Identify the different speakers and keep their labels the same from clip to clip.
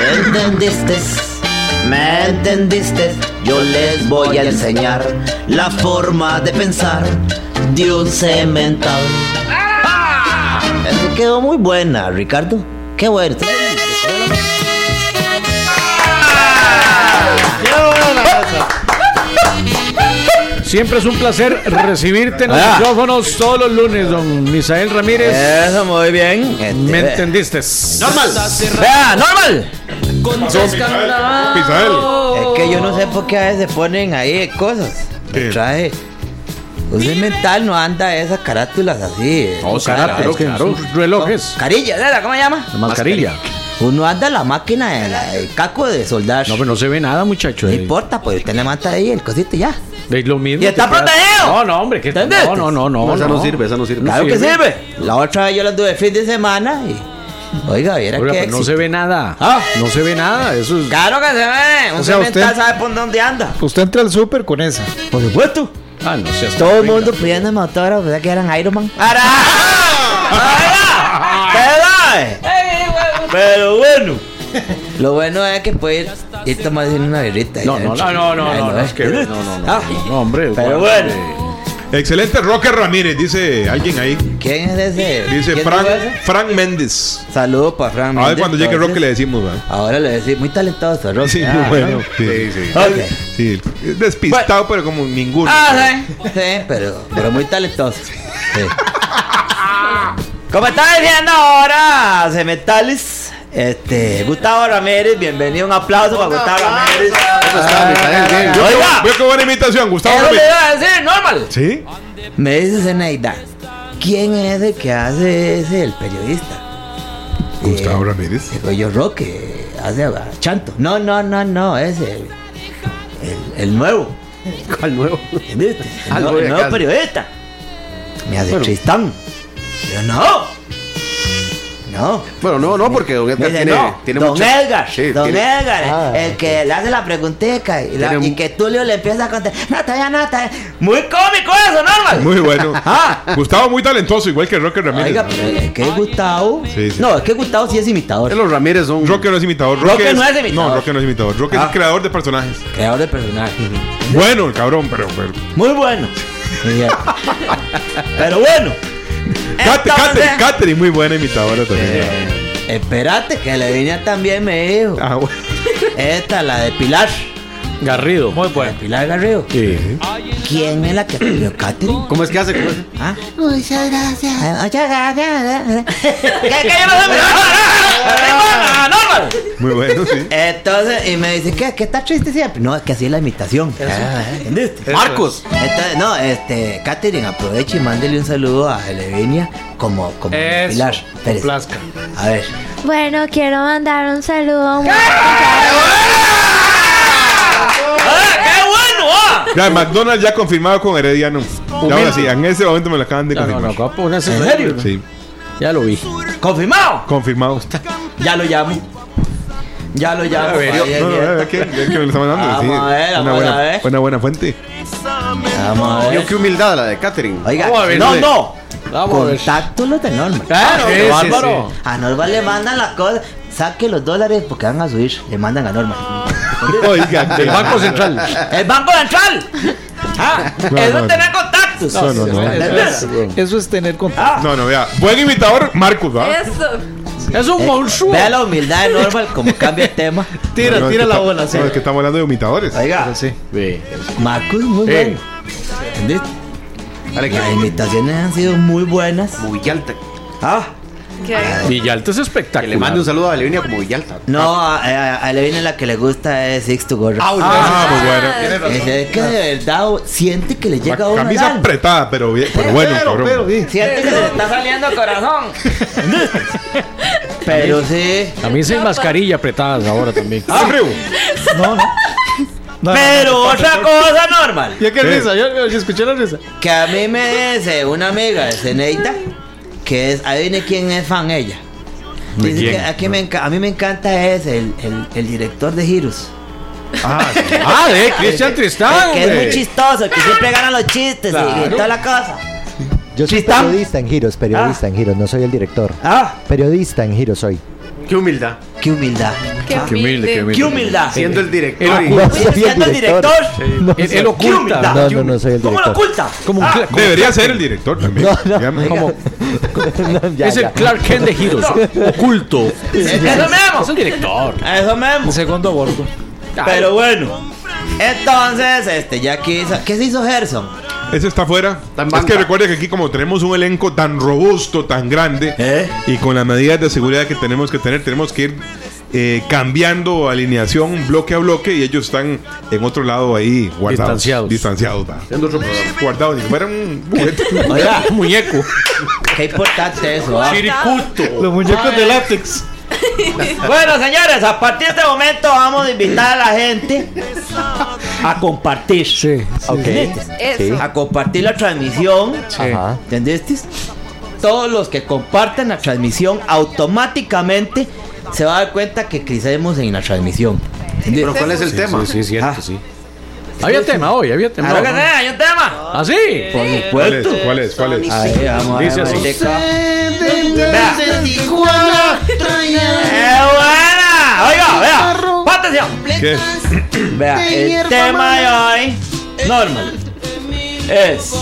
Speaker 1: ¿Me entendiste? ¿Me entendiste? Yo les voy a enseñar la forma de pensar de un cemental. Esa Quedó muy buena, Ricardo. Qué bueno.
Speaker 2: Siempre es un placer recibirte en los
Speaker 1: Ah.
Speaker 2: micrófonos todos los lunes, don Misael Ramírez.
Speaker 1: Eso, muy bien. Este,
Speaker 2: ¿Me entendiste?
Speaker 1: Eh. Normal. Vea, normal.
Speaker 3: Misael.
Speaker 1: Es que yo no sé por qué a veces ponen ahí cosas.
Speaker 3: ¿Qué?
Speaker 1: Trae. Un mental no anda esas carátulas así. eh,
Speaker 2: Oh,
Speaker 1: esos carátulas.
Speaker 2: carátula, sus relojes.
Speaker 1: Carilla, ¿verdad? ¿cómo se llama?
Speaker 2: Mascarilla.
Speaker 1: Uno anda en la máquina de la- el caco de soldar.
Speaker 2: No,
Speaker 1: No,
Speaker 2: pero no se ve nada, muchacho. eh.
Speaker 1: importa, pues usted le mata ahí el cosito y ya.
Speaker 2: Es lo mismo.
Speaker 1: Y está
Speaker 2: que-
Speaker 1: protegido.
Speaker 2: No, no, hombre. Que...
Speaker 1: ¿Entendés?
Speaker 2: No, no, no, no.
Speaker 4: No, esa no
Speaker 2: no.
Speaker 4: sirve, esa no sirve.
Speaker 1: Claro que
Speaker 2: sirve.
Speaker 1: sirve. La otra vez yo la anduve el fin de semana y. Oiga, viera
Speaker 2: Oiga,
Speaker 1: que.
Speaker 2: pero no se ve nada.
Speaker 1: Ah.
Speaker 2: No se ve nada. Eso es...
Speaker 1: Claro que se ve. Un
Speaker 5: O sea,
Speaker 1: cemental
Speaker 5: usted-
Speaker 1: sabe por dónde anda.
Speaker 5: Usted entra al súper con esa.
Speaker 1: Por supuesto.
Speaker 2: Ah, no seas
Speaker 1: Todo el
Speaker 2: horrible.
Speaker 1: mundo pidiéndome autógrafos, ¿verdad que eran Iron Man? ¡Ara! ¡Ara! Pero bueno. Lo bueno es que puede ir, ir tomando una birrita.
Speaker 2: No, no, no, no, no, no, no, es que- no, no, no, no,
Speaker 1: Ah.
Speaker 2: no, hombre.
Speaker 1: Pero
Speaker 2: guarda,
Speaker 1: bueno.
Speaker 2: eh,
Speaker 3: Excelente, Roque Ramírez, dice alguien ahí.
Speaker 1: ¿Quién es ese?
Speaker 3: Dice
Speaker 1: ¿Quién
Speaker 3: Frank,
Speaker 1: dijo ese?
Speaker 3: Frank Méndez.
Speaker 1: Saludos para Frank.
Speaker 3: A ver
Speaker 1: Méndez,
Speaker 3: cuando llegue
Speaker 1: entonces.
Speaker 3: Roque le decimos, ¿verdad?
Speaker 1: Ahora le decís, muy talentoso, Roque.
Speaker 3: Sí,
Speaker 1: ah,
Speaker 3: muy bueno.
Speaker 1: ¿no?
Speaker 3: Sí, sí.
Speaker 1: Ok.
Speaker 3: Sí, es despistado, pero como ninguno.
Speaker 1: Ah, sí. Sí, pero, pero muy talentoso. Sí. Como estaba diciendo ahora, Cementales, este, Gustavo Ramírez, bienvenido, un aplauso para Gustavo Ramírez.
Speaker 3: Veo que-
Speaker 1: Oiga, Eh,
Speaker 3: Veo que buena imitación, Gustavo
Speaker 1: eso le
Speaker 3: Ramírez.
Speaker 1: iba a decir, normal.
Speaker 3: ¿Sí?
Speaker 1: Me dice Zenaida, ¿quién es el que hace ese, el periodista?
Speaker 3: Gustavo
Speaker 1: Eh,
Speaker 3: Ramírez.
Speaker 1: Digo yo, Roque, hace a Chanto. No, no, no, no, es el, el, el nuevo.
Speaker 2: ¿Cuál nuevo?
Speaker 1: ¿Viste? El, no-
Speaker 4: voy
Speaker 1: el
Speaker 4: a
Speaker 1: nuevo
Speaker 4: casa.
Speaker 1: periodista. Me hace Tristán. Yo no. No.
Speaker 4: Bueno, no, no, porque Don
Speaker 1: Me
Speaker 4: Edgar
Speaker 1: dice,
Speaker 4: tiene,
Speaker 1: no.
Speaker 4: tiene
Speaker 1: don
Speaker 4: mucha-
Speaker 1: Edgar.
Speaker 4: Sí,
Speaker 1: don
Speaker 4: tiene-
Speaker 1: Edgar. el que le hace la pregunteca y, la-
Speaker 4: Tiene
Speaker 1: y
Speaker 4: mu-
Speaker 1: que Tulio le empieza a contestar. No, todavía no, todavía. Muy cómico eso, normal.
Speaker 3: Muy bueno.
Speaker 1: Ah.
Speaker 3: Gustavo muy talentoso, igual que Roque Ramírez.
Speaker 1: Oiga, pero es que Gustavo.
Speaker 3: Sí, sí.
Speaker 1: No, es que Gustavo sí es imitador.
Speaker 4: Los Ramírez son.
Speaker 3: Roque no es imitador.
Speaker 1: Roque no es imitador.
Speaker 3: No, Roque no es imitador. Roque
Speaker 1: Ah.
Speaker 3: es creador de personajes.
Speaker 1: Creador de personajes.
Speaker 3: Bueno, el cabrón, pero. pero- eh,
Speaker 1: Muy bueno. Muy bien. Pero bueno.
Speaker 3: Cate- Cate-
Speaker 1: Entonces-
Speaker 3: Catherine, muy buena imitadora también.
Speaker 1: Espérate, que la niña también me dijo.
Speaker 3: Ah, bueno.
Speaker 1: Esta, la de Pilar.
Speaker 2: Garrido. Muy
Speaker 1: La de Pilar Garrido.
Speaker 2: Sí.
Speaker 1: ¿Quién es la que pidió Katherine?
Speaker 4: ¿Cómo es que hace? ¿Cómo es?
Speaker 1: ¿Ah? Muchas gracias. Muchas gracias. ¿Qué, qué yo no sé? ¡Ah! ¡Ah! ¡Normal!
Speaker 3: Muy bueno, sí.
Speaker 1: Entonces, y me dice, ¿qué? ¿Qué está triste siempre? No, es que así es la imitación. Ah, ¿Entendiste?
Speaker 4: Marcos.
Speaker 1: Entonces, no, este, Katherine, aproveche y mándele un saludo a Elevinia como, como
Speaker 2: Eso,
Speaker 1: Pilar Pérez.
Speaker 2: complazca.
Speaker 1: A ver.
Speaker 6: Bueno, quiero mandar un saludo muy
Speaker 3: Ya, McDonald's ya confirmado con Herediano. Ya ahora sí, en ese momento me lo acaban de
Speaker 2: No, no,
Speaker 3: confirmar.
Speaker 2: no, guapo, ¿en
Speaker 1: ¿En
Speaker 2: serio?
Speaker 1: serio?
Speaker 3: Sí,
Speaker 2: Ya lo vi.
Speaker 1: ¡Confirmado!
Speaker 3: confirmado.
Speaker 1: Ya lo llamo. Ya lo llamo. Oye,
Speaker 3: No, no,
Speaker 1: bien.
Speaker 3: es que, es que me lo está mandando. sí.
Speaker 1: Vamos a ver,
Speaker 3: una,
Speaker 1: vamos
Speaker 3: buena,
Speaker 1: a ver.
Speaker 3: una buena fuente.
Speaker 1: Vamos a ver.
Speaker 4: Yo, qué humildad la de Catherine.
Speaker 1: Oiga,
Speaker 2: Vamos a ver,
Speaker 1: no,
Speaker 2: dale.
Speaker 1: no.
Speaker 2: Vamos a ver.
Speaker 1: Contáctolo de Norma.
Speaker 2: Claro,
Speaker 4: sí,
Speaker 2: don
Speaker 4: sí,
Speaker 2: Álvaro.
Speaker 1: A Norma le mandan las cosas. Saque los dólares porque van a subir. Le mandan a Norma.
Speaker 3: Oiga,
Speaker 2: El Banco Central.
Speaker 1: ¡El Banco Central! ¡Ah!
Speaker 3: No,
Speaker 1: ¡Eso
Speaker 3: no,
Speaker 1: es
Speaker 3: no.
Speaker 1: tener contactos!
Speaker 3: No, no, no.
Speaker 1: ¿Entendés?
Speaker 5: Eso es tener con
Speaker 1: Ah,
Speaker 3: No, no, vea. Buen imitador, Marcos, ¿va?
Speaker 7: Eso.
Speaker 2: Es un
Speaker 1: eh,
Speaker 2: monstruo.
Speaker 1: Vea la humildad de Norma como cambia el tema.
Speaker 5: Tira,
Speaker 3: No, es
Speaker 5: tira
Speaker 3: que
Speaker 5: la
Speaker 3: está-
Speaker 5: bola, sí.
Speaker 3: No, es que estamos hablando de imitadores.
Speaker 4: Ah,
Speaker 1: Oiga,
Speaker 5: Sí.
Speaker 2: Sí.
Speaker 1: Marcos, muy
Speaker 2: Eh.
Speaker 1: bueno. ¿Entendiste? Las invitaciones han sido muy buenas.
Speaker 4: Como Villalta.
Speaker 1: Ah,
Speaker 7: ¿Qué?
Speaker 2: Villalta es espectacular.
Speaker 4: Que le mande un saludo a Levinia como Villalta.
Speaker 1: no, a, a, a Elevina la que le gusta es Six to Go.
Speaker 3: Ah, muy bueno.
Speaker 1: Es, es que de verdad siente que le llega a uno al
Speaker 3: camisa
Speaker 1: alma.
Speaker 3: apretada, pero, bien, pero bueno,
Speaker 5: Pero,
Speaker 3: cabrón.
Speaker 5: pero, sí.
Speaker 1: Siente que se le está saliendo el corazón. Pero sí.
Speaker 2: A mí sin mascarilla apretadas ahora también.
Speaker 3: Ah, Riu.
Speaker 5: No, no. No,
Speaker 1: Pero otra cosa normal.
Speaker 5: Yo qué
Speaker 3: Sí.
Speaker 5: risa, yo, yo escuché la risa.
Speaker 1: Que a mí me dice una amiga de Zeneida, que es, adivine quién es fan ella.
Speaker 3: ¿De
Speaker 1: Dice
Speaker 3: quién?
Speaker 1: que aquí me enca- a mí me encanta ese, el, el- el director de Girus.
Speaker 3: Ah, sí.
Speaker 2: Ah, de Cristian Tristán.
Speaker 1: que es
Speaker 2: hombre.
Speaker 1: muy chistoso, que siempre gana los chistes y toda la cosa.
Speaker 7: Yo soy
Speaker 1: Chistán.
Speaker 7: periodista en giros, periodista en giros, no soy el director.
Speaker 1: Ah,
Speaker 7: Periodista en giros soy.
Speaker 4: Qué humildad.
Speaker 1: qué humildad.
Speaker 2: Qué humilde, qué humilde.
Speaker 1: Qué humildad.
Speaker 4: Siendo el director.
Speaker 2: El
Speaker 4: y-
Speaker 7: No
Speaker 1: Oye,
Speaker 7: soy
Speaker 1: siendo el director.
Speaker 7: No
Speaker 2: Él,
Speaker 7: soy-
Speaker 2: él
Speaker 1: Qué humildad.
Speaker 2: oculta.
Speaker 7: No, no, no soy el
Speaker 1: ¿Cómo lo
Speaker 7: director.
Speaker 1: oculta?
Speaker 2: Como un cla- como-
Speaker 3: Debería ser el director también.
Speaker 7: No, no,
Speaker 3: Ya me-
Speaker 7: como- Ya,
Speaker 2: es el
Speaker 7: ya.
Speaker 2: Clark Kent de Heroes. Oculto.
Speaker 1: Eso
Speaker 2: Es el
Speaker 1: mismo.
Speaker 2: director.
Speaker 1: Eso mismo.
Speaker 5: Segundo aborto.
Speaker 1: Pero bueno. Entonces, este, ya que hizo- ¿Qué se hizo Gerson?
Speaker 3: Ese está afuera.
Speaker 4: Está en
Speaker 3: Es que
Speaker 4: banca.
Speaker 3: recuerde que aquí como tenemos un elenco tan robusto, tan grande,
Speaker 1: ¿Eh?
Speaker 3: y con las medidas de seguridad que tenemos que tener, tenemos que ir eh, cambiando alineación bloque a bloque y ellos están en otro lado ahí guardados.
Speaker 2: Distanciados.
Speaker 3: Distanciados, va.
Speaker 4: Siendo otro programa.
Speaker 3: Guardados, ni que fuera un juguete.
Speaker 1: Oiga,
Speaker 2: Un muñeco.
Speaker 1: qué importante eso. ¿ah?
Speaker 5: Los muñecos de látex.
Speaker 1: Bueno, señores, a partir de este momento vamos a invitar a la gente a compartir.
Speaker 5: Sí.
Speaker 7: Ok. Sí.
Speaker 1: A compartir la transmisión.
Speaker 7: Ajá.
Speaker 1: ¿Entendiste? Todos los que compartan la transmisión automáticamente se va a dar cuenta que crecemos en la transmisión.
Speaker 4: Pero ¿cuál es el tema?
Speaker 2: Sí, sí, es cierto,
Speaker 1: Ah.
Speaker 2: sí. Había tema hoy, había tema.
Speaker 1: Claro que sí, hay un tema.
Speaker 2: ¿Ah, sí?
Speaker 1: Por
Speaker 3: ¿Cuál es?
Speaker 1: supuesto.
Speaker 3: ¿Cuál es? ¿Cuál es?
Speaker 1: Ahí vamos a
Speaker 2: Dice
Speaker 1: ver,
Speaker 2: así.
Speaker 1: Valdeca. Vea. ¡Qué buena! Oiga, vea. Pon atención.
Speaker 3: ¿Qué es?
Speaker 1: Vea, el tema de hoy, normal, es.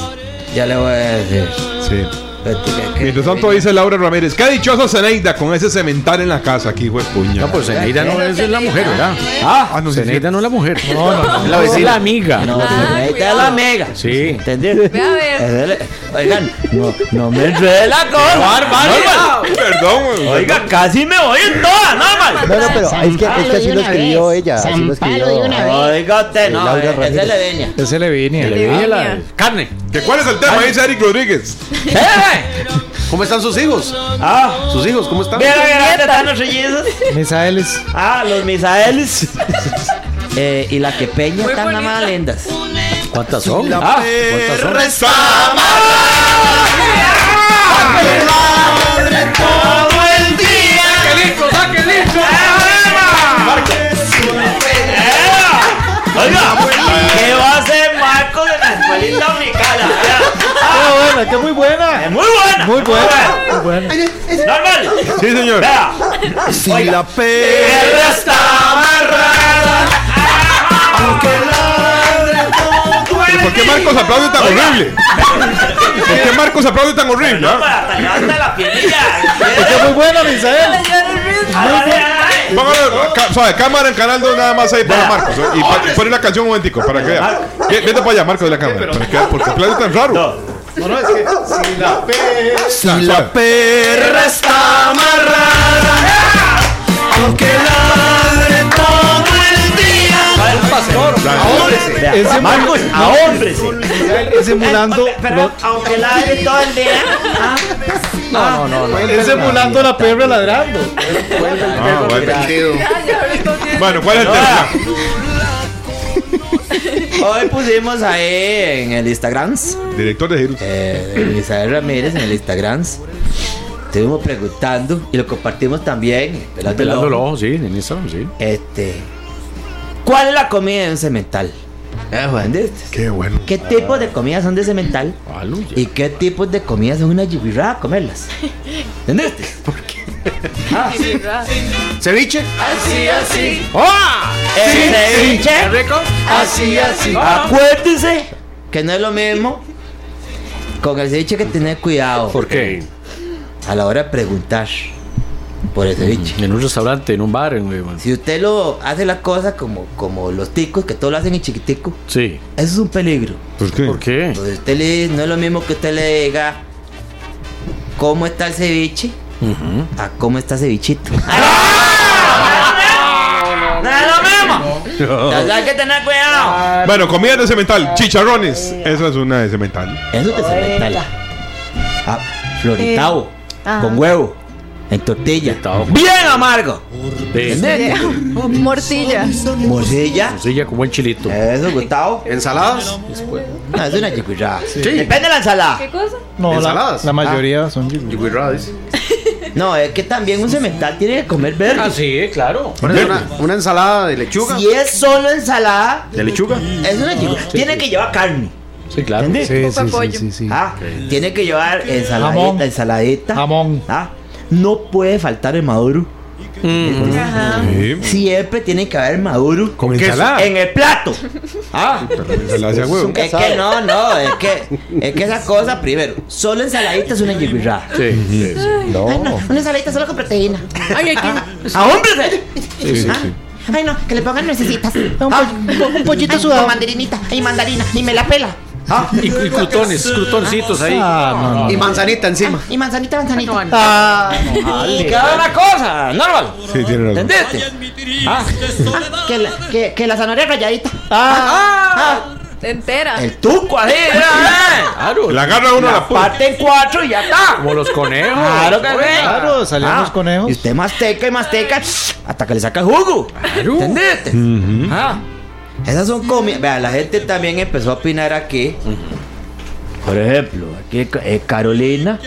Speaker 1: Ya le voy a decir.
Speaker 3: Sí.
Speaker 1: Vete, que- que-
Speaker 3: Mientras tanto dice Laura Ramírez, qué dichosa Zeneida con ese cemental en la casa aquí, güey, puña.
Speaker 2: No, pues Zeneida no es la mujer, ¿verdad?
Speaker 3: ah, ah, no sé si-
Speaker 2: Zeneida no es la mujer. No, no, no.
Speaker 4: La vecina.
Speaker 2: Es la amiga.
Speaker 1: No, ahí está la mega.
Speaker 2: Sí.
Speaker 1: ¿Entendés?
Speaker 8: Ah, Ve a ver.
Speaker 1: Es el- Oigan, no, no me entré de la cosa. Normal.
Speaker 3: Perdón, güey.
Speaker 1: Oiga, casi me voy en toda, normal.
Speaker 7: No, no, pero es que, es que así lo escribió ella. Así lo escribió.
Speaker 1: Oiga, usted, no,
Speaker 7: Laura
Speaker 1: eh, es de
Speaker 7: Ramírez.
Speaker 1: Leveña.
Speaker 5: Ese le viene.
Speaker 2: Le veía la carne.
Speaker 3: ¿Que ¿Cuál es el tema? Dice Eric Rodríguez.
Speaker 4: ¿Cómo están sus hijos?
Speaker 1: Ah,
Speaker 4: ¿Sus hijos cómo están?
Speaker 1: mira, mira, ahí están los rellizos.
Speaker 5: Misaeles.
Speaker 1: Ah, los misaeles. Eh, y la que peña están nada más lindas.
Speaker 2: ¿Cuántas son?
Speaker 3: Ah,
Speaker 1: Oiga, ¿qué va a hacer Marcos en la escuelita dominicana?
Speaker 5: buena,
Speaker 2: Ah,
Speaker 5: qué muy buena.
Speaker 1: Es muy buena.
Speaker 5: Muy buena. Muy buena.
Speaker 1: Normal.
Speaker 3: Sí, señor.
Speaker 1: Vea.
Speaker 4: Si la pe...
Speaker 1: Tierra está amarrada. Aunque ladre todo el
Speaker 3: ¿Por qué Marcos aplaude tan horrible? ¿Por qué Marcos aplaude tan horrible? ah?
Speaker 1: Para tallarse la piernilla.
Speaker 5: Qué muy buena, Misael.
Speaker 3: Póngalo, ca- suave, cámara en canal 2 nada más ahí para Marcos. ¿eh? Y pa- pone la canción un momentico para que vea. Ve- Vete para allá, Marcos, de la cámara. Para que vea, porque aplaude tan raro. No, no, es que si la pe...
Speaker 1: Tierra está amarrada. Aunque ladre todo el día.
Speaker 5: Ese
Speaker 1: Marcos, ahómbrese.
Speaker 5: Es emulando.
Speaker 1: Pero aunque ladre todo el día. ah,
Speaker 2: No, no, no.
Speaker 5: Es emulando la perra ladrando.
Speaker 3: Ah, bueno. Bueno, ¿cuál es el tema?
Speaker 1: Hoy pusimos ahí en el Instagram,
Speaker 3: Director de Girus.
Speaker 1: eh, Isabel Ramírez en el Instagram. Estuvimos preguntando y lo compartimos también. en Pelando el
Speaker 2: Pelando el
Speaker 1: Ojo,
Speaker 2: ojo, sí, en Instagram, sí.
Speaker 1: Este, ¿Cuál es la comida de un cemental? ¿Entendiste?
Speaker 3: Qué bueno.
Speaker 1: ¿Qué tipos de comidas son de cemental?
Speaker 2: Aleluya.
Speaker 1: ¿Y qué tipos de comidas son una yibirá comerlas? este? Ah. ¿Entendiste?
Speaker 4: ¿Ceviche?
Speaker 1: El Eh, ceviche, Así, así.
Speaker 2: Ah.
Speaker 1: Acuérdense que no es lo mismo. Con el ceviche hay que tener cuidado.
Speaker 2: ¿Por qué?
Speaker 1: a la hora de preguntar por el ceviche.
Speaker 2: En un restaurante, en un bar, en un...
Speaker 1: Si usted lo hace la cosa como, como los ticos, que todos lo hacen en chiquitico,
Speaker 2: Sí.
Speaker 1: eso es un peligro.
Speaker 3: ¿Por qué?
Speaker 2: ¿Por qué?
Speaker 1: Entonces, usted le, Pues no es lo mismo que usted le diga cómo está el ceviche
Speaker 2: Ujú.
Speaker 1: a cómo está el cevichito. ¡Ah! ¡No Ah, es lo mismo! Entonces hay que tener cuidado.
Speaker 3: Bueno, comida de cemental. Chicharrones. Esa es una de cemental.
Speaker 8: Eh,
Speaker 1: Eso te se metal. Ah, floritao.
Speaker 6: Ajá.
Speaker 1: Con huevo. en tortilla. Bien amargo. ¿Entendés?
Speaker 8: Morcilla.
Speaker 1: Morcilla.
Speaker 2: Silla como el chilito.
Speaker 1: Eso, Gustavo.
Speaker 4: ¿Ensaladas?
Speaker 1: No, Ah, es una chicurrada. Depende de la ensalada.
Speaker 8: cosa?
Speaker 5: No, la,
Speaker 4: Ensaladas.
Speaker 5: la mayoría son yogures.
Speaker 1: No, es que también un cemental tiene que comer verde.
Speaker 2: Ah, sí, claro.
Speaker 4: Pones Una, una ensalada de lechuga.
Speaker 1: Si es solo ensalada,
Speaker 4: ¿De lechuga?
Speaker 1: es una chicurrada. Tiene que llevar carne.
Speaker 2: Sí, claro.
Speaker 1: ¿Entendés?
Speaker 5: Sí,
Speaker 8: Con
Speaker 5: sí, sí,
Speaker 8: pollo.
Speaker 5: sí, sí.
Speaker 1: Ah, tiene que llevar ensaladita,
Speaker 5: Jamón.
Speaker 1: ensaladita.
Speaker 5: Jamón.
Speaker 1: Ah, no puede faltar el maduro.
Speaker 8: Ajá.
Speaker 3: Sí.
Speaker 1: Siempre tiene que haber maduro
Speaker 3: Con
Speaker 4: queso.
Speaker 3: ensalada.
Speaker 1: en el plato. Ah,
Speaker 3: Ensalada hacia huevo.
Speaker 1: es que no, no, es que es que esa cosa primero, solo ensaladita es una yigurra. Ay, no, una ensaladita solo con proteína.
Speaker 8: Ay, aquí.
Speaker 1: ¡A ¡Ah, hombre!
Speaker 3: Sí, sí, sí.
Speaker 1: Ay, no, que le pongan necesitas.
Speaker 7: Ah, un pollito sudado. mandarinita.
Speaker 1: Y mandarina, y me la pela.
Speaker 2: Y, y crutones, crutoncitos ahí.
Speaker 5: Ah,
Speaker 4: Y manzanita encima.
Speaker 1: Y manzanita, manzanita.
Speaker 8: No, no.
Speaker 1: y cada una cosa, normal.
Speaker 3: Sí, tiene razón.
Speaker 1: ¿Entendiste? Ah, que, la, que, que la zanahoria rayadita. Ah,
Speaker 8: Entera.
Speaker 1: El tuco así, ¿verdad?
Speaker 2: Claro.
Speaker 3: La agarra uno a la puta.
Speaker 1: Parte en cuatro y ya está.
Speaker 2: Como los conejos.
Speaker 1: Claro que sí.
Speaker 5: Claro, salían los
Speaker 1: Ah,
Speaker 5: conejos.
Speaker 1: Y usted masteca y masteca hasta que le saca jugo. ¿Entendiste? Ah, esas son comidas. Vea, la gente también empezó a opinar aquí. Por ejemplo, aquí eh, Carolina.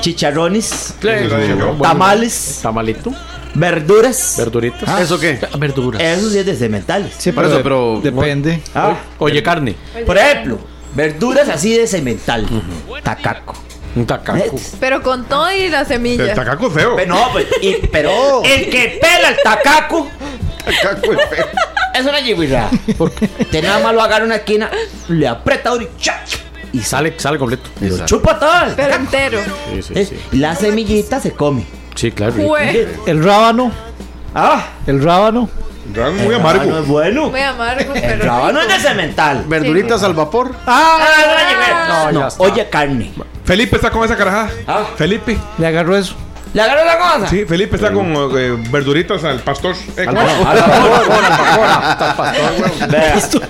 Speaker 1: Chicharrones,
Speaker 3: Sí, lo dije yo.
Speaker 1: tamales,
Speaker 2: Tamalito.
Speaker 1: verduras.
Speaker 2: Verduritas.
Speaker 4: ¿Eso qué?
Speaker 2: Verduras.
Speaker 1: Eso sí es de cementales.
Speaker 5: Sí,
Speaker 4: Por eso,
Speaker 5: de-
Speaker 4: pero-
Speaker 5: Depende.
Speaker 1: Ah,
Speaker 2: Oye, carne.
Speaker 1: por ejemplo, verduras así de cemental. ¿Eh? Tacaco.
Speaker 2: Un tacaco.
Speaker 8: Pero con todo y la
Speaker 3: El
Speaker 8: semilla.
Speaker 3: tacaco feo.
Speaker 1: Pero, no, pues, y- pero el que pela el tacaco es una yigüirra. Usted nada más lo agarra en una esquina, le aprieta ahora y ¡chac!
Speaker 2: Y sale, sale completo.
Speaker 1: chupa todo.
Speaker 8: Pero entero.
Speaker 2: Sí, sí,
Speaker 1: Es-
Speaker 2: sí.
Speaker 1: La semillita se come.
Speaker 2: Sí, claro.
Speaker 8: Fue.
Speaker 5: El rábano,
Speaker 1: Ah,
Speaker 5: el rábano.
Speaker 3: Dragon muy
Speaker 1: el rábano es
Speaker 3: amargo.
Speaker 1: bueno.
Speaker 8: Muy amargo,
Speaker 1: El
Speaker 8: pero.
Speaker 1: rábano es de cemental.
Speaker 4: Verduritas al vapor.
Speaker 1: Ah, es una yigüirra.
Speaker 2: No, ya
Speaker 1: No,
Speaker 2: está.
Speaker 1: oye, carne.
Speaker 3: Felipe está con esa carajada.
Speaker 1: Ah.
Speaker 3: Felipe.
Speaker 5: Le agarró eso.
Speaker 1: ¿Le agarra la cosa?
Speaker 3: Sí, Felipe está con eh, verduritas al pastor. Eh, ¿cómo?
Speaker 1: Vea,
Speaker 5: Eso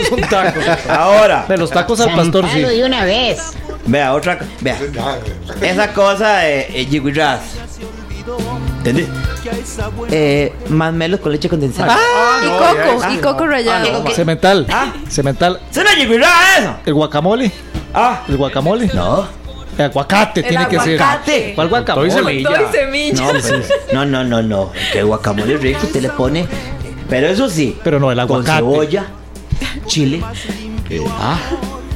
Speaker 5: es un taco.
Speaker 1: ahora,
Speaker 5: De los tacos al pastor,
Speaker 7: Palo
Speaker 5: sí.
Speaker 7: de una vez.
Speaker 1: vea, otra cosa. Vea, esa cosa de eh, yigüirras. ¿Entendés? Eh, más melos con leche condensada.
Speaker 8: Y coco, y coco rallado.
Speaker 5: Cemental.
Speaker 1: Ah.
Speaker 5: Cemental.
Speaker 1: ¡Es una yigüirra eso!
Speaker 5: El guacamole.
Speaker 1: Ah,
Speaker 5: El guacamole.
Speaker 1: no.
Speaker 5: El aguacate
Speaker 8: El
Speaker 5: tiene que ser.
Speaker 1: aguacate.
Speaker 5: ¿Cuál guacamole?
Speaker 2: Todo y
Speaker 8: Con todo y semilla.
Speaker 1: No, pues, no, no, no, no. Que guacamole rico usted le pone. Pero eso sí.
Speaker 5: Pero no, el aguacate.
Speaker 1: Con cebolla, chile. Ah,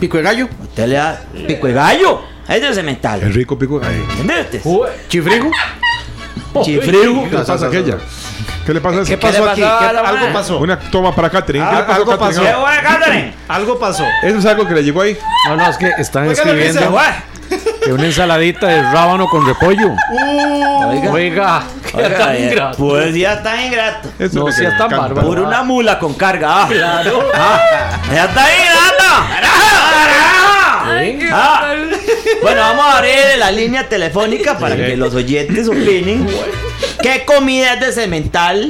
Speaker 4: Pico de gallo.
Speaker 1: usted le da pico de gallo. Es de cemental.
Speaker 3: El rico pico. Ay.
Speaker 1: ¿Entendiste?
Speaker 4: Chifrigo.
Speaker 1: Chifrigo.
Speaker 3: ¿Qué le pasa a aquella? ¿Qué le pasa a
Speaker 5: ¿Qué
Speaker 3: esa?
Speaker 5: pasó
Speaker 1: le
Speaker 5: aquí?
Speaker 1: pasó a
Speaker 5: ¿Qué-
Speaker 1: la
Speaker 5: algo
Speaker 1: buena?
Speaker 5: pasó.
Speaker 3: Una toma para Catherine. ¿Qué
Speaker 5: Ah,
Speaker 3: le pasó
Speaker 5: algo
Speaker 3: a Catherine?
Speaker 1: ¡Qué
Speaker 5: pasó.
Speaker 1: buena, Catherine!
Speaker 5: Algo pasó.
Speaker 3: Eso es algo que le llegó ahí.
Speaker 2: No, no, es que están
Speaker 5: Oiga lo que
Speaker 1: ¡Qué
Speaker 2: escribiendo
Speaker 1: buena!
Speaker 2: que una ensaladita de rábano con repollo.
Speaker 1: Oiga,
Speaker 2: Oiga, qué
Speaker 1: oiga,
Speaker 2: tan
Speaker 1: eh,
Speaker 2: ingrato.
Speaker 1: pues ya tan ingrato.
Speaker 3: Eso
Speaker 2: No,
Speaker 3: es
Speaker 2: sí,
Speaker 3: lo que
Speaker 2: está
Speaker 3: me encanta.
Speaker 2: bárbaro.
Speaker 1: Por una mula con carga. Ah.
Speaker 2: Claro.
Speaker 1: Ah, ya está
Speaker 8: Ay, qué
Speaker 1: ingrato. Ah.
Speaker 8: brutal.
Speaker 1: Bueno, vamos a abrir la línea telefónica para que los oyentes opinen qué comida es de cemental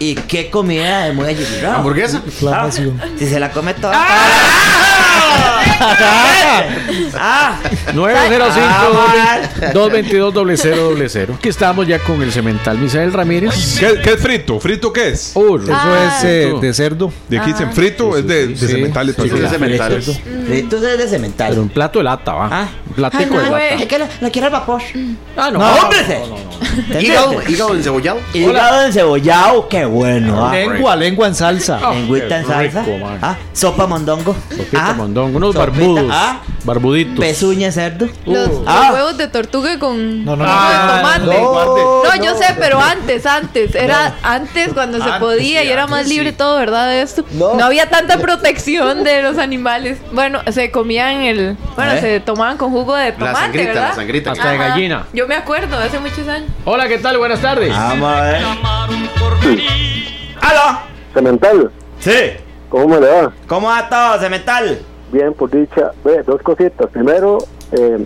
Speaker 1: y qué comida es muy ayudada.
Speaker 4: Hamburguesa.
Speaker 5: Inflamación.
Speaker 1: Ah. Si se la come toda. ¡Ah!
Speaker 2: 905-222-0000. Aquí estamos ya con el cemental Misael Ramírez.
Speaker 3: ¿Qué, qué es frito? ¿Frito qué es?
Speaker 2: Uh,
Speaker 5: Eso es eh,
Speaker 2: tú.
Speaker 5: de cerdo.
Speaker 3: De aquí dicen frito, es de, de
Speaker 5: sí.
Speaker 3: cementales.
Speaker 4: Sí,
Speaker 3: pero-
Speaker 4: es cementales.
Speaker 1: Esto es de
Speaker 2: Pero un
Speaker 1: cemental.
Speaker 2: plato de lata, va.
Speaker 1: Ah.
Speaker 2: Un platico de
Speaker 8: güey.
Speaker 2: lata.
Speaker 1: Es que lo, lo quiero al vapor.
Speaker 2: Ah,
Speaker 5: eh.
Speaker 2: no.
Speaker 1: ¡Hombre! se-
Speaker 4: Hígado,
Speaker 1: ¿Entendiste?
Speaker 4: hígado encebollado.
Speaker 1: Hígado encebollado, qué bueno. ah.
Speaker 5: Lengua, lengua en salsa.
Speaker 1: Lengüita en
Speaker 2: Ah, qué
Speaker 1: salsa.
Speaker 2: rico, man.
Speaker 1: Ah, sopa mondongo.
Speaker 2: Sopita,
Speaker 1: Ah,
Speaker 2: mondongo, unos
Speaker 1: sopita,
Speaker 2: barbudos.
Speaker 1: ah.
Speaker 2: Barbuditos.
Speaker 1: Pezuña de cerdo.
Speaker 8: Los, los
Speaker 1: Ah.
Speaker 8: huevos de tortuga con
Speaker 5: No, no, no.
Speaker 8: jugo de
Speaker 5: Ah,
Speaker 8: tomate.
Speaker 5: no, guarde.
Speaker 8: No, yo sé, pero antes, antes. Era antes cuando se podía y era más libre todo, ¿verdad? De esto. No. había tanta protección de los animales. Bueno, se comían el. Bueno,
Speaker 1: ¿Eh?
Speaker 8: se tomaban con jugo de
Speaker 4: La
Speaker 8: tomate,
Speaker 4: sangrita,
Speaker 8: ¿verdad?
Speaker 4: la sangrita.
Speaker 2: Hasta de
Speaker 8: Ajá.
Speaker 2: gallina.
Speaker 8: Yo me acuerdo, hace muchos años.
Speaker 2: Hola, ¿qué tal? Buenas tardes.
Speaker 1: Vamos a ver. ¡Aló!
Speaker 9: Cemental,
Speaker 1: Sí.
Speaker 9: ¿cómo le va?
Speaker 1: ¿Cómo ha estado, Cemental?
Speaker 9: Bien, por dicha. Ve, dos cositas. Primero, eh,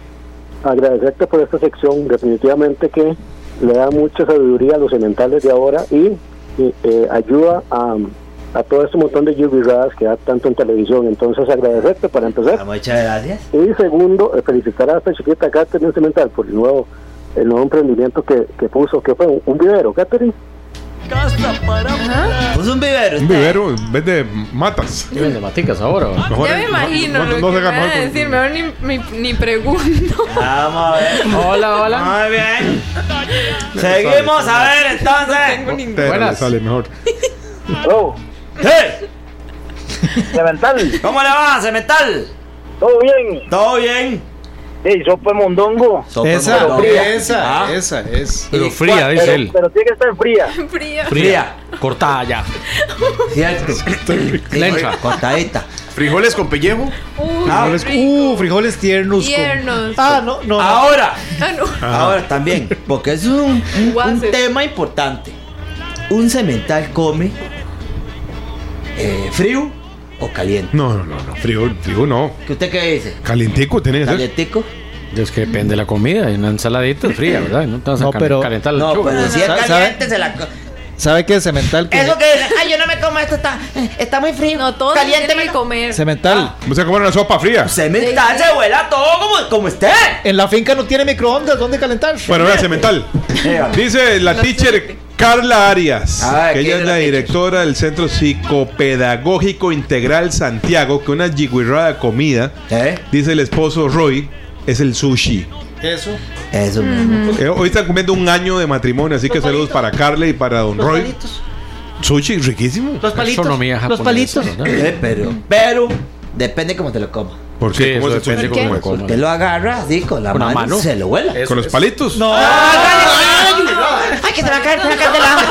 Speaker 9: agradecerte por esta sección. Definitivamente que le da mucha sabiduría a los cementales de ahora y, y, eh, ayuda a, a todo este montón de yubirradas que da tanto en televisión. Entonces, agradecerte para empezar.
Speaker 1: Ah, Muchas gracias.
Speaker 9: Y segundo, eh, felicitar a esta chiquita acá, Cemental, por el nuevo el nuevo emprendimiento que, que puso, que fue un, un vivero, Catherine.
Speaker 1: Puso un vivero.
Speaker 3: Un
Speaker 1: usted.
Speaker 3: vivero en vez de matas.
Speaker 2: Tienen de maticas ahora. ¿va?
Speaker 3: Mejor-
Speaker 8: ya me imagino
Speaker 3: no-
Speaker 8: lo
Speaker 3: no
Speaker 8: que
Speaker 3: se haga
Speaker 8: me van a
Speaker 3: mal, porque-
Speaker 8: decir. Mejor ni, ni, ni pregunto.
Speaker 1: Vamos a ver.
Speaker 2: Hola, hola.
Speaker 1: Muy bien. Seguimos a ver entonces.
Speaker 3: Pero
Speaker 2: Buenas.
Speaker 3: le Sale mejor.
Speaker 9: Oh,
Speaker 1: ¡Hey!
Speaker 9: Cemental,
Speaker 1: ¿Cómo le va, Cemental?
Speaker 9: todo bien.
Speaker 1: ¿Todo bien?
Speaker 9: Hey, sopa mondongo.
Speaker 5: Esa,
Speaker 1: Todo
Speaker 4: Esa,
Speaker 1: Ah.
Speaker 4: esa es.
Speaker 2: Pero fría, dice él.
Speaker 9: tiene que estar fría.
Speaker 8: Fría.
Speaker 1: Fría.
Speaker 2: Cortada ya.
Speaker 1: Cierto.
Speaker 2: Lencha.
Speaker 1: Cortadita.
Speaker 4: Frijoles con pellejo.
Speaker 8: Uy,
Speaker 1: Ah,
Speaker 8: qué
Speaker 5: Frijoles,
Speaker 8: rico.
Speaker 5: uh, frijoles tiernos. con-
Speaker 8: Tiernos.
Speaker 5: Ah, no, no. no.
Speaker 1: Ahora,
Speaker 8: Ah, no.
Speaker 1: ahora también, porque es un, un- un
Speaker 8: Guases.
Speaker 1: tema importante. ¿Un cemental come eh, frío o caliente?
Speaker 3: No, no, no, no. Frío, frío no.
Speaker 1: ¿Qué usted qué dice?
Speaker 3: Calientico ¿eh? tiene que ser.
Speaker 1: ¿Calientico?
Speaker 2: Es que depende de la comida. Una ensaladita es fría, ¿verdad? No te vas a
Speaker 5: No,
Speaker 2: cal-
Speaker 5: pero-
Speaker 2: calentar la
Speaker 1: No,
Speaker 2: lechuga.
Speaker 1: pero si es
Speaker 5: ¿Sabe-
Speaker 1: caliente se la... co-
Speaker 5: ¿Sabe qué cemental? Que
Speaker 1: Eso que dice, ay, yo no me como esto, está, eh, está muy frío.
Speaker 8: No, todo
Speaker 1: caliente
Speaker 8: tiene
Speaker 1: me
Speaker 8: que
Speaker 1: como.
Speaker 8: comer.
Speaker 5: Cemental.
Speaker 3: Vamos a comer una sopa fría.
Speaker 1: Cemental se vuela todo como, como usted.
Speaker 5: En la finca no tiene microondas, ¿dónde calentar?
Speaker 3: Bueno, vea, cemental. Dice la teacher Carla Arias,
Speaker 1: Ah,
Speaker 3: que
Speaker 1: ¿quién
Speaker 3: ella
Speaker 1: es
Speaker 3: es
Speaker 1: la
Speaker 3: la
Speaker 1: teacher?
Speaker 3: directora del Centro Psicopedagógico Integral Santiago, que una yiguirrada de comida,
Speaker 1: ¿Eh?
Speaker 3: dice el esposo Roy, es el sushi.
Speaker 5: Eso.
Speaker 1: Eso mismo.
Speaker 3: Eh, hoy están cumpliendo un año de matrimonio, así que saludos para Carla y para don Roy. Sushi, riquísimo.
Speaker 5: Los palitos.
Speaker 2: Gastronomía
Speaker 5: los
Speaker 2: japonesa,
Speaker 5: palitos.
Speaker 2: ¿verdad?
Speaker 1: Eh, pero, pero, depende cómo te lo comas.
Speaker 3: ¿Por
Speaker 2: Sí,
Speaker 3: qué? ¿Cómo
Speaker 2: eso
Speaker 3: es el
Speaker 2: depende
Speaker 3: sushi?
Speaker 2: cómo
Speaker 3: ¿Cómo
Speaker 2: me
Speaker 3: es?
Speaker 2: coma.
Speaker 1: Te lo agarra así con la
Speaker 2: Con la
Speaker 1: mano,
Speaker 2: mano.
Speaker 1: y se lo vuela.
Speaker 3: ¿Con los palitos?
Speaker 5: No.
Speaker 1: ¡Ay, que se va a caer, se va a caer del agua!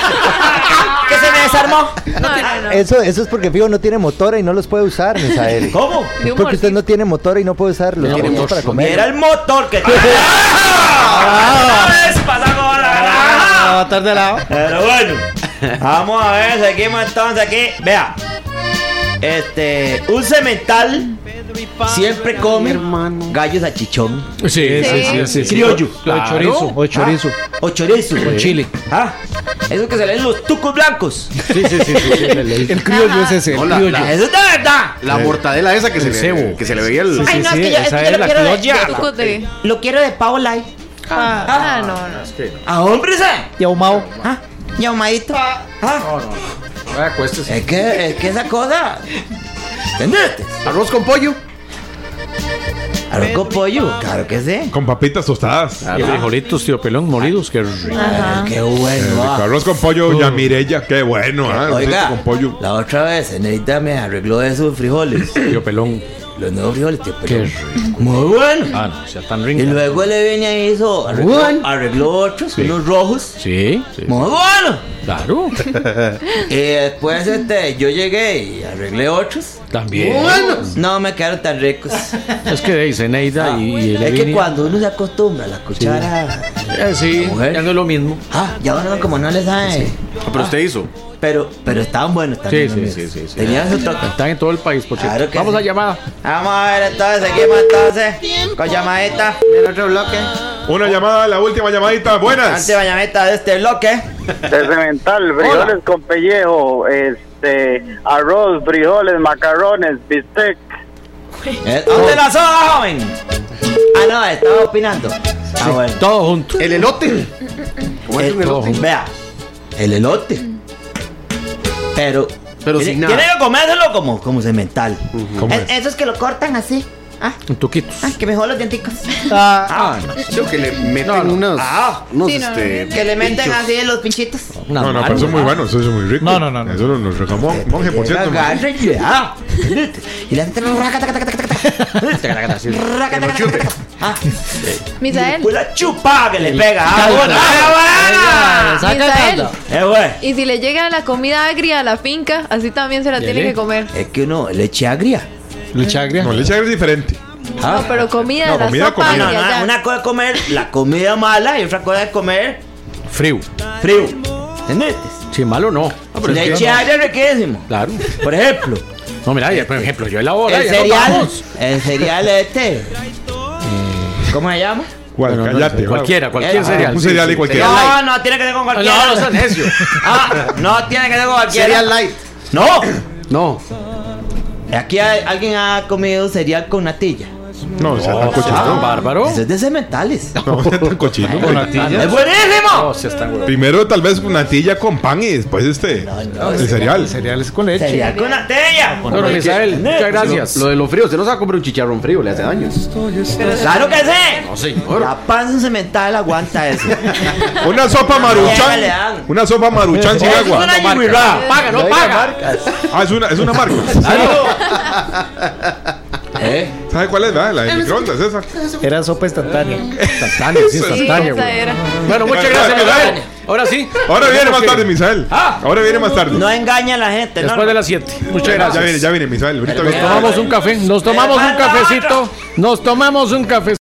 Speaker 1: ¡Que se me desarmó!
Speaker 8: No, no, no.
Speaker 7: Eso, eso es porque Fijo no tiene motora y no los puede usar, Misael.
Speaker 1: ¿Cómo?
Speaker 8: De
Speaker 7: Es
Speaker 8: un
Speaker 7: porque usted
Speaker 8: mordisco.
Speaker 7: no tiene motora y no puede usarlos
Speaker 2: No,
Speaker 7: porque
Speaker 2: motor,
Speaker 7: es para
Speaker 2: no.
Speaker 1: Era
Speaker 7: comer.
Speaker 1: el motor que... ¡Ah! Otra vez pasamos a la-
Speaker 5: Ah, va a estar de lado.
Speaker 1: Pero bueno, vamos a ver, seguimos entonces aquí. Vea, este, un cemental siempre come gallos a chichón
Speaker 2: Sí, sí,
Speaker 8: Sí.
Speaker 2: sí, sí, Ah. sí.
Speaker 1: Criollo.
Speaker 2: O-
Speaker 1: Claro.
Speaker 2: O chorizo.
Speaker 5: O chorizo.
Speaker 1: o chorizo.
Speaker 2: Con chile.
Speaker 1: Ah, eso que se leen los tucos blancos.
Speaker 2: Sí, sí, sí, sí, sí, le leí.
Speaker 5: El criollo es ese. el
Speaker 4: Hola,
Speaker 5: criollo.
Speaker 4: la-
Speaker 1: Eso es de verdad.
Speaker 4: La mortadela esa que se,
Speaker 2: El
Speaker 4: le,
Speaker 2: cebo.
Speaker 4: que se le veía el.
Speaker 1: Ay, no,
Speaker 2: sí,
Speaker 1: es que yo, es
Speaker 2: esa
Speaker 1: que yo
Speaker 2: es
Speaker 1: lo
Speaker 2: la
Speaker 1: quiero de,
Speaker 8: De
Speaker 1: de-
Speaker 8: tucos de-
Speaker 1: Lo quiero de pavo light.
Speaker 8: Ah, no, no.
Speaker 1: Ah, hombre, ¿sabes?
Speaker 5: Y ahumado.
Speaker 1: Ah, y ahumadito. Ah,
Speaker 2: Ah, acuéstese.
Speaker 1: es que, es que esa cosa. ¿Entendiste?
Speaker 4: Arroz con pollo.
Speaker 1: Arroz con pollo, claro que sí.
Speaker 3: Con papitas tostadas.
Speaker 2: Ah, frijolitos, tío pelón, molidos, qué rico. Eh,
Speaker 1: Qué bueno. ah.
Speaker 3: Arroz con pollo, ya Mirella, qué bueno, ¿ah?
Speaker 1: Oiga,
Speaker 3: Arrocito con pollo.
Speaker 1: la otra vez, Negrita me arregló esos frijoles.
Speaker 2: Tío pelón,
Speaker 1: los nuevos frijoles, tío, pero
Speaker 2: qué rico.
Speaker 1: muy bueno.
Speaker 2: Ah, no, sea tan
Speaker 1: Y
Speaker 2: rico.
Speaker 1: luego le vine y hizo, arregló,
Speaker 2: Bueno.
Speaker 1: arregló otros, unos rojos.
Speaker 2: Sí, sí,
Speaker 1: Muy bueno.
Speaker 2: claro.
Speaker 1: Y después este, yo llegué y arreglé otros.
Speaker 2: También.
Speaker 1: No me quedaron tan ricos.
Speaker 2: Es que de Zeneida
Speaker 1: Ah,
Speaker 2: y, y
Speaker 1: es que
Speaker 2: Elevini-
Speaker 1: cuando uno se acostumbra a la cuchara.
Speaker 2: Eh, sí,
Speaker 1: La mujer.
Speaker 2: ya no es lo mismo.
Speaker 1: Ah, ya uno como no le sabe.
Speaker 4: Ah, Pero usted hizo.
Speaker 1: Pero, pero estaban buenos también.
Speaker 2: sí,
Speaker 1: amigos.
Speaker 2: sí, sí, Ah. sí.
Speaker 1: Tenían su toque.
Speaker 2: Están en todo el país, por cierto.
Speaker 1: Claro que
Speaker 2: Vamos
Speaker 1: sí.
Speaker 2: a llamada.
Speaker 1: Vamos a ver entonces, seguimos entonces con llamadita del otro bloque.
Speaker 3: Una llamada, la última llamadita. Buenas.
Speaker 1: Antes de llamadita de este bloque.
Speaker 9: Cemental, frijoles con pellejo, este, arroz, frijoles, macarrones, bistec.
Speaker 1: Eh,
Speaker 2: oh.
Speaker 1: ¿Dónde la soda, joven? Ah, no, estaba opinando. Ah, bueno.
Speaker 2: Todo junto.
Speaker 4: El elote.
Speaker 1: Eh, Vea, el elote. Pero.
Speaker 4: Pero
Speaker 1: tiene-
Speaker 4: sin nada. Mm.
Speaker 1: Tiene que comérselo como, como cemental.
Speaker 3: ¿Cómo
Speaker 1: Es-
Speaker 3: es?
Speaker 1: Esos que lo cortan así. Ah,
Speaker 2: En tuquitos.
Speaker 1: ah, que mejor los dienticos.
Speaker 4: Ah, creo que le meten unos.
Speaker 1: Ah.
Speaker 4: unos,
Speaker 8: Sí, no,
Speaker 4: este,
Speaker 1: Que le meten así los pinchitos.
Speaker 2: Una
Speaker 3: No, no,
Speaker 2: mano,
Speaker 3: pero ah. eso es muy
Speaker 2: ¿verdad?
Speaker 3: bueno, eso es muy rico.
Speaker 5: No, no, no, no.
Speaker 3: Eso nos reclamó Monje, por cierto.
Speaker 1: Agarra Eh, y le da. Y le hacen raca, taca, taca, taca, taca.
Speaker 4: Este
Speaker 1: Raca, taca, taca, taca. Ah,
Speaker 8: Misael.
Speaker 1: Pues la chupa que le pega. ¡Ah,
Speaker 5: Calma.
Speaker 1: bueno! ¡Ah,
Speaker 5: Saca el
Speaker 8: Misael.
Speaker 5: caldo.
Speaker 1: bueno! Eh, güey.
Speaker 8: Y si le llega la comida agria a la finca, así también se la tiene que comer.
Speaker 1: Es que uno, leche agria.
Speaker 5: Leche agria.
Speaker 3: No, leche agria es diferente.
Speaker 1: Ah.
Speaker 8: No, pero comida,
Speaker 3: No,
Speaker 8: la
Speaker 3: comida,
Speaker 8: sopa
Speaker 3: comida.
Speaker 1: No,
Speaker 8: agria,
Speaker 1: no,
Speaker 8: Ah, ya.
Speaker 1: una cosa es comer la comida mala y otra cosa es comer
Speaker 2: Frío.
Speaker 1: frío. ¿Entendiste?
Speaker 2: Sí, malo no.
Speaker 1: Ah, Leche agria riquísimo.
Speaker 2: Claro.
Speaker 1: Por ejemplo,
Speaker 2: No, mira,
Speaker 5: Eh,
Speaker 2: ya, por ejemplo, yo elaboro.
Speaker 1: el
Speaker 2: ya nos
Speaker 1: cereal.
Speaker 2: vamos.
Speaker 1: El cereal este. eh, ¿Cómo se llama?
Speaker 3: ¿Cuál?
Speaker 2: Bueno, no,
Speaker 3: Cállate, va.
Speaker 2: Cualquiera,
Speaker 1: Ah,
Speaker 2: cualquier cereal.
Speaker 3: Un
Speaker 2: sí,
Speaker 3: cereal
Speaker 2: sí.
Speaker 3: y cualquiera.
Speaker 1: No, no, tiene que ser con
Speaker 2: No, no
Speaker 1: cualquiera.
Speaker 2: seas necio.
Speaker 1: Ah, no tiene que ser con cualquiera.
Speaker 4: Cereal light.
Speaker 1: No.
Speaker 2: No.
Speaker 1: Aquí hay- alguien ha comido cereal con natilla.
Speaker 3: No, se
Speaker 2: Oh.
Speaker 3: está cochino.
Speaker 2: ¿Tan Ah, bárbaro?
Speaker 1: Ese es de cementales.
Speaker 3: No, se está cochino.
Speaker 2: Con natillas.
Speaker 1: ¡Es buenísimo!
Speaker 2: No, se están huevos.
Speaker 3: Primero tal vez natilla con pan y después este el cereal.
Speaker 5: Cereales con leche.
Speaker 1: Sería con la tella.
Speaker 2: No, no, Misael, muchas gracias.
Speaker 4: Lo, lo de los fríos, usted no se va a comprar un chicharrón frío, le hace daño.
Speaker 1: ¡Claro que sí!
Speaker 4: señor.
Speaker 1: La panza en cemental aguanta eso.
Speaker 3: Una
Speaker 1: Ya
Speaker 3: sopa
Speaker 1: le
Speaker 3: maruchan.
Speaker 1: dan.
Speaker 3: Una sopa maruchan sin
Speaker 1: Eso es
Speaker 3: agua.
Speaker 1: una yugurra. Paga, no paga.
Speaker 3: Ah, es una, es una marca.
Speaker 1: ¿Eh?
Speaker 3: ¿Sabe cuál es? verdad? La de microondas, esa.
Speaker 5: Era sopa instantánea.
Speaker 3: Instantánea,
Speaker 8: Sí, esa era.
Speaker 2: Bueno, muchas gracias, Misael. Ahora sí.
Speaker 3: Ahora viene más
Speaker 2: Ok.
Speaker 3: tarde, Misael. Ahora viene más tarde.
Speaker 1: Ah. No engaña a la gente, ¿no?
Speaker 2: Después de las 7. Muchas
Speaker 3: Ya
Speaker 2: gracias.
Speaker 3: viene, ya viene, Misael. Ahorita
Speaker 1: Nos
Speaker 3: viene.
Speaker 2: Tomamos un café. Nos tomamos un cafecito. Nos tomamos un café.